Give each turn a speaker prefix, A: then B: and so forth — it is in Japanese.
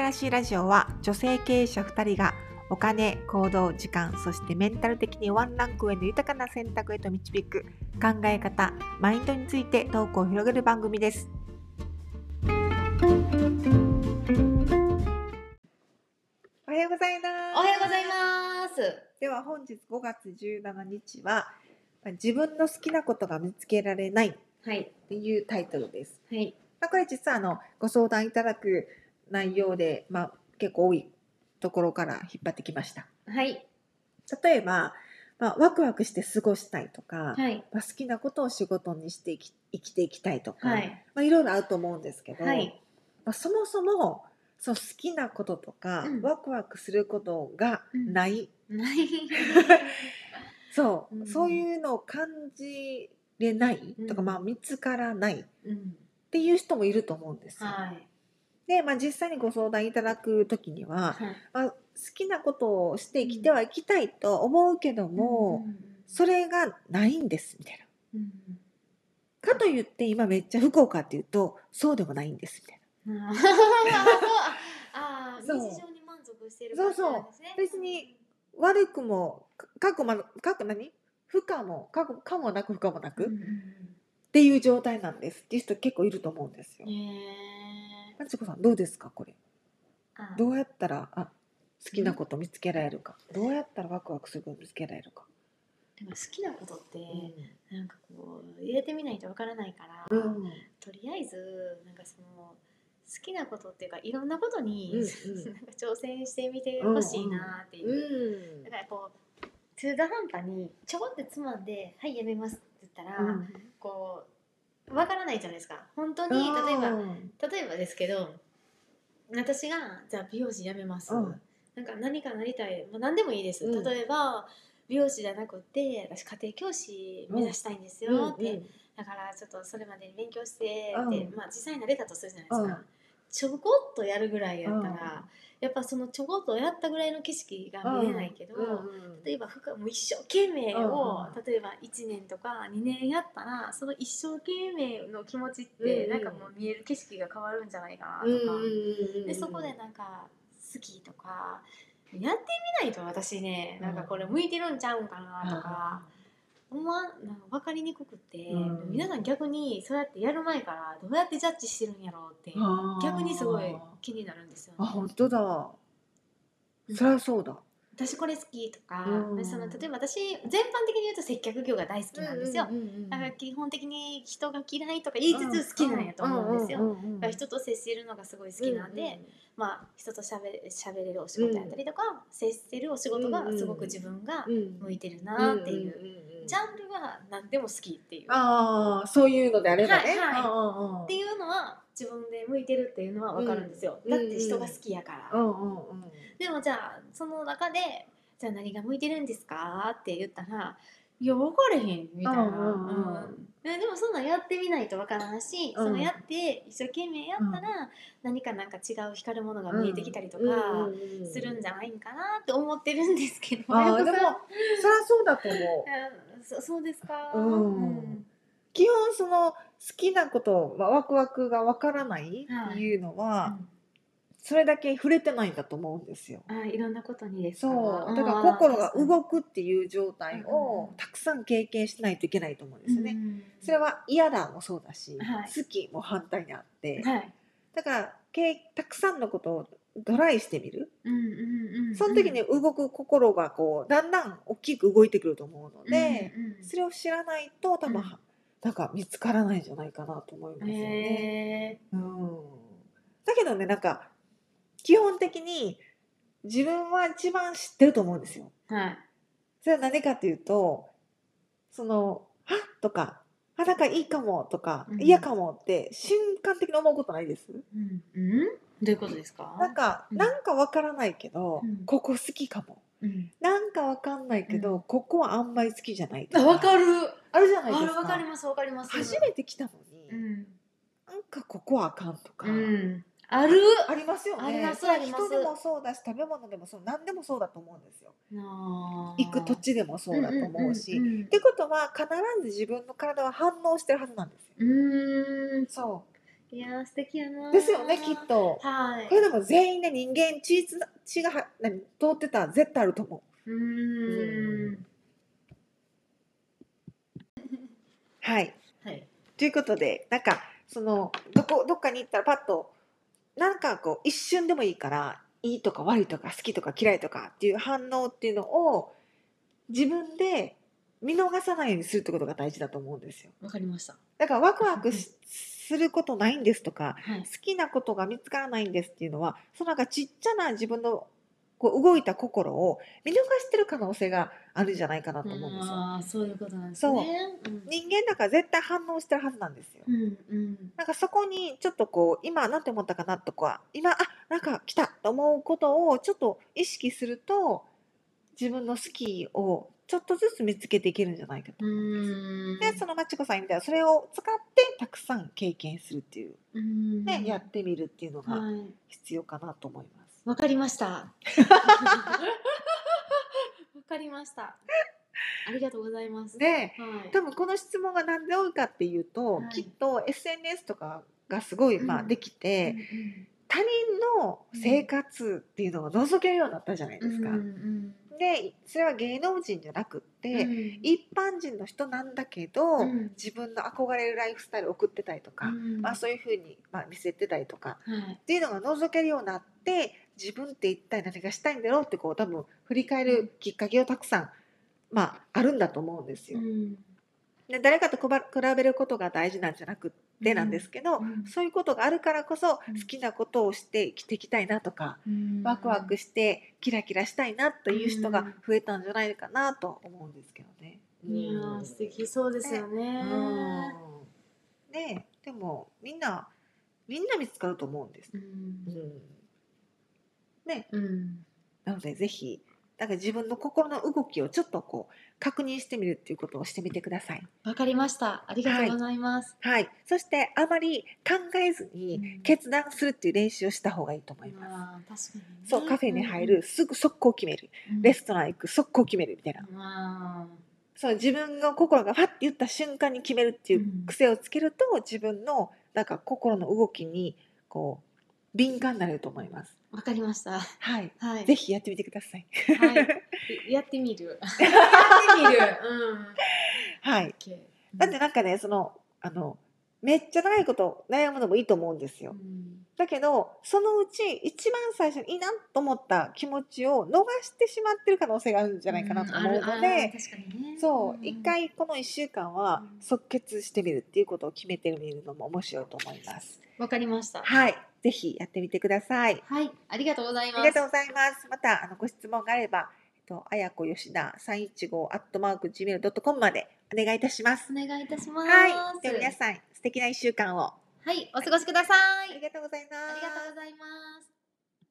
A: らしいラジオは女性経営者2人がお金、行動、時間、そしてメンタル的にワンランク上の豊かな選択へと導く考え方、マインドについてトークを広げる番組です。おはようございます。
B: おはようございます。
A: では本日5月17日はまあ自分の好きなことが見つけられない
B: はい。
A: というタイトルです。
B: はい。
A: まあ、これ実はあのご相談いただく内容で、まあ、結構多いところから引っ張ってきました。
B: はい。
A: 例えば、まあ、ワクワクして過ごしたいとか、
B: はい。
A: まあ、好きなことを仕事にしていき生きていきたいとか、
B: はいい。
A: まあ、いろいろあると思うんですけど、
B: はい。
A: まあ、そもそもそう好きなこととか、
B: うん
A: ワクワクすることがない、
B: ない。
A: そう、
B: うん
A: そういうのを感じれないとか、
B: うん
A: まあ、見つからないっ
B: うん。
A: ていう人もいると思うんですよ。
B: はい。
A: で、まあ、実際にご相談いただく時には、
B: はい。
A: まあ、好きなことをして生きてはいきたいとは思うけども、
B: うん。
A: それがないんですみたいな。
B: うん。
A: かといって今めっちゃ不幸かっていうとそうでもないんですみたい
B: あーそうあー、
A: そう
B: 日常に満足してる感じなんですね。
A: そうそう別にな。悪くもか過去ま過去何不可も過去かもなく不可もなく、
B: う
A: っ
B: ん。
A: ていう状態なんですっていう人結構いると思うんですよ。
B: ええ。
A: まちこさんどうですかこれ
B: あ
A: どうやったらあ好きなこと見つけられるか、どうやったらワクワクすること見つけられるか。
B: でも好きなことって、なんかこう、入れてみないとわからないから。
A: うんうん
B: とりあえず、なんかその。好きなことっていうか、いろんなことに。
A: うん
B: なんか挑戦してみてほしいなっていう。
A: うん
B: だからこう中途半端にちょこってつまんで「はいやめます」って言ったら、こうわからないじゃないですか本当に例えば例えばですけど私がじゃあ美容師辞めます、
A: うん
B: なんか何かなりたい、まあ、何でもいいです、
A: うん例
B: 例えば美容師じゃなくて私家庭教師目指したいんですよ
A: うん
B: って、だからちょっとそれまでに勉強して
A: うん
B: って、まあ、実際に慣れたとするじゃないですか、
A: うん
B: ちょこっとやるぐらいやった
A: う
B: ら、
A: ん
B: やっぱそのちょこっとやったぐらいの景色が見えないけど、
A: うん
B: 例えば服はもう一生懸命を、
A: う
B: 例えば1年とか2年やったらその一生懸命の気持ちって、
A: うん
B: なんかもう見える景色が変わるんじゃないかな
A: うんうん
B: とか、
A: うんうん
B: でそこでなんか好きとかやってみないと私ねなんかこれ向いてるんちゃうんかなとか、思わんなんか分かりにくくて、
A: うん
B: 皆さん逆にそうやってやる前からどうやってジャッジしてるんやろうって、
A: あー
B: 逆にすごい気になるんですよ
A: あ
B: ね。
A: 本当だ
B: うん
A: そりゃそうだ
B: 私これ好きとか、
A: うん
B: その例えば私全般的に言うと接客業が大好きなんですよ、だから基本的に人が嫌いとか言いつつ好きなんやと思うんですよ、
A: ううんうん
B: だから人と接するのがすごい好きなんで、まあ、人としゃべれるお仕事やったりとか、接するお仕事がすごく自分が
A: うん
B: 向いてるなっていう、
A: んんん
B: ジャンルが何でも好きっていう、っ
A: ああそういうのであればね
B: はいはい
A: って
B: いうのは自分で向いてるっていうのは分かるんですよ、
A: うん
B: だって人が好きやから、
A: うんうんうん
B: でもじゃあその中で「じゃあ何が向いてるんですか?」って言ったら「いや分かれへん」みたいな、
A: うんうんうん
B: うんえでもそんなんやってみないと分からんし、
A: うん
B: そのやって一生懸命やったら、何かなんか違う光るものが見えてきたりとか。
A: うんうんうん
B: するんじゃないんかなって思ってるんですけど、
A: あ
B: 親
A: ー
B: 御
A: でもそ
B: さん
A: りゃそうだと思う
B: うんそそうですか、
A: うん基本その好きなこと、まあ、ワクワクがわからないっていうのは、それだけ触れてないんだと思うんですよ。
B: あいろんなことにです
A: そうだから心が動くっていう状態をたくさん経験しないといけないと思うん
B: く
A: ですよね。それは嫌だもそうだし、
B: はい
A: 好きも反対にあって、
B: はい、
A: だからけたくさんのことをトライしてみる、
B: うんうんうん、
A: その時に動く心がこうだんだん大きく動いてくると思うので、
B: うんうん
A: それを知らないと多分、
B: うん
A: なんか見つからないんじゃないかなと思いますよね。
B: へ
A: うんだけどねなんか基本的に自分は一番知ってると思うんですよ。
B: ーはい
A: それは何かっていうとその「はとか「あなんかいいかも」とか「
B: うん
A: 嫌かも」って瞬間的に思うことないです、
B: うんうん、どういうことですか
A: なんか、
B: うん
A: なんかわからないけど、
B: うん
A: ここ好きかも。
B: うん、
A: なんかわかんないけど、
B: うん
A: ここはあんまり好きじゃないと
B: あわかる
A: あるじゃ
B: あ
A: ないです
B: る
A: か。
B: わかりますわかります
A: 初めて来たのに、
B: うん、
A: なんかここはあかんとか。
B: うん、ある
A: ありますよね。
B: あります
A: それは
B: あります
A: 人でもそうだし、食べ物でもそう、何でもそうだと思うんですよ。
B: 行
A: 行く土地でもそうだと思うし。
B: うん
A: っ
B: うんうん
A: てことは、必ず自分の体は反応してるはずなんですよ。
B: うんうーん
A: そ
B: いやー素敵やなー
A: ですよねきっと
B: はい
A: これでも全員ね人間血つな血がは何通ってたら絶対あると思う
B: うーん
A: はい
B: はい
A: ということでなんかそのどこどっかに行ったらパッとなんかこう一瞬でもいいからいいとか悪いとか好きとか嫌いとかっていう反応っていうのを自分で見逃さないようにするってことが大事だと思うんですよ。
B: わかりました
A: だからワクワクしすることないんですとか
B: はい
A: 好きなことが見つからないんですっていうのはそのなんかちっちゃな自分のこう動いた心を見逃してる可能性があるんじゃないかなと思うんですよ。
B: ああそういうことなんですね
A: 人間だから絶対反応してるはずなんですよ。
B: うんうんうん
A: なんかそこにちょっとこう今なんて思ったかなとか今あなんか来たと思うことをちょっと意識すると自分の好きをちょっとずつ見つけていけるんじゃないかと
B: う
A: 思うんです。
B: ーん
A: でそのまちこさんみたいなそれを使ってたくさん経験するっていう
B: うーん
A: ね、やってみるっていうのが
B: はい
A: 必要かなと思います。
B: わかりましたわかりましたありがとうございます
A: で
B: はい
A: 多分この質問が何で多いかっていうと、
B: はい
A: きっと SNS とかがすごいまあ
B: うん
A: できて、
B: うん
A: 他人の生活っていうのが覗けるようになったじゃないですか。
B: うんうん
A: でそれは芸能人じゃなくって、
B: うん
A: 一般人の人なんだけど、
B: うん
A: 自分の憧れるライフスタイルを送ってたりとか、
B: うん
A: まあ、そういうふうに、まあ、見せてたりとか
B: はい
A: っていうのが覗けるようになって自分って一体何がしたいんだろうってこう多分振り返るきっかけをたくさん、まあ、あるんだと思うんですよ。
B: うん
A: で誰かとこば比べることが大事なんじゃなくってなんですけど、
B: うん
A: そういうことがあるからこそ好
B: うん
A: きなことをして生きていきたいなとか、
B: うん
A: ワクワクしてキラキラしたいなという人が増えたんじゃないかなと思うんですけどね。
B: いやー素敵そうですよ
A: う
B: ね
A: んねえでもみんなみんな見つかると思うんです。
B: うん
A: ん、ね
B: うん
A: なのでぜひなんか自分の心の動きをちょっとこう確認してみるっていうことをしてみてください。
B: わかりましたありがとうございます
A: はい、そしてあまり考えず
B: う
A: に
B: ん
A: 決断するっていう練習をした方がいいと思います。
B: まあ確かにね
A: そうカフェに入るすぐ速攻決める
B: うん
A: レストラン行く速攻決めるみたいな
B: まあ
A: そう自分の心がファッて言った瞬間に決めるっていう癖をつけると、自分のなんか心の動きにこう敏感になれると思います。
B: わかりました
A: はい、
B: はい
A: ぜひやってみてください。
B: はい、やってみる。やってみる。うん。
A: はい、
B: OK
A: だってなんかねそのあのめっちゃ長いこと悩むのもいいと思うんです
B: う
A: よ。
B: ん
A: だけどそのうち一番最初にいいなと思った気持ちを逃してしまってる可能性があるんじゃないかなと思う
B: あ
A: の
B: るある
A: で、
B: 確かにね。
A: そうん一。回この1週間は即決してみるっていうことを決めてみるのも面白いと思います。
B: わかりました。
A: はい、ぜひやってみてください。
B: はい、ありがとうござい
A: あ
B: ま
A: りが
B: す
A: とう。ございます。またあのご質問があれば、えっとあやこ吉田三一五アットマーク gmail ドットコムまでお願いいたします。
B: お願いいたします。
A: はい、では皆さん素敵な一週間をあ
B: はい、お過ごしください。あ
A: り
B: り
A: がとうございます。
B: がとうございます。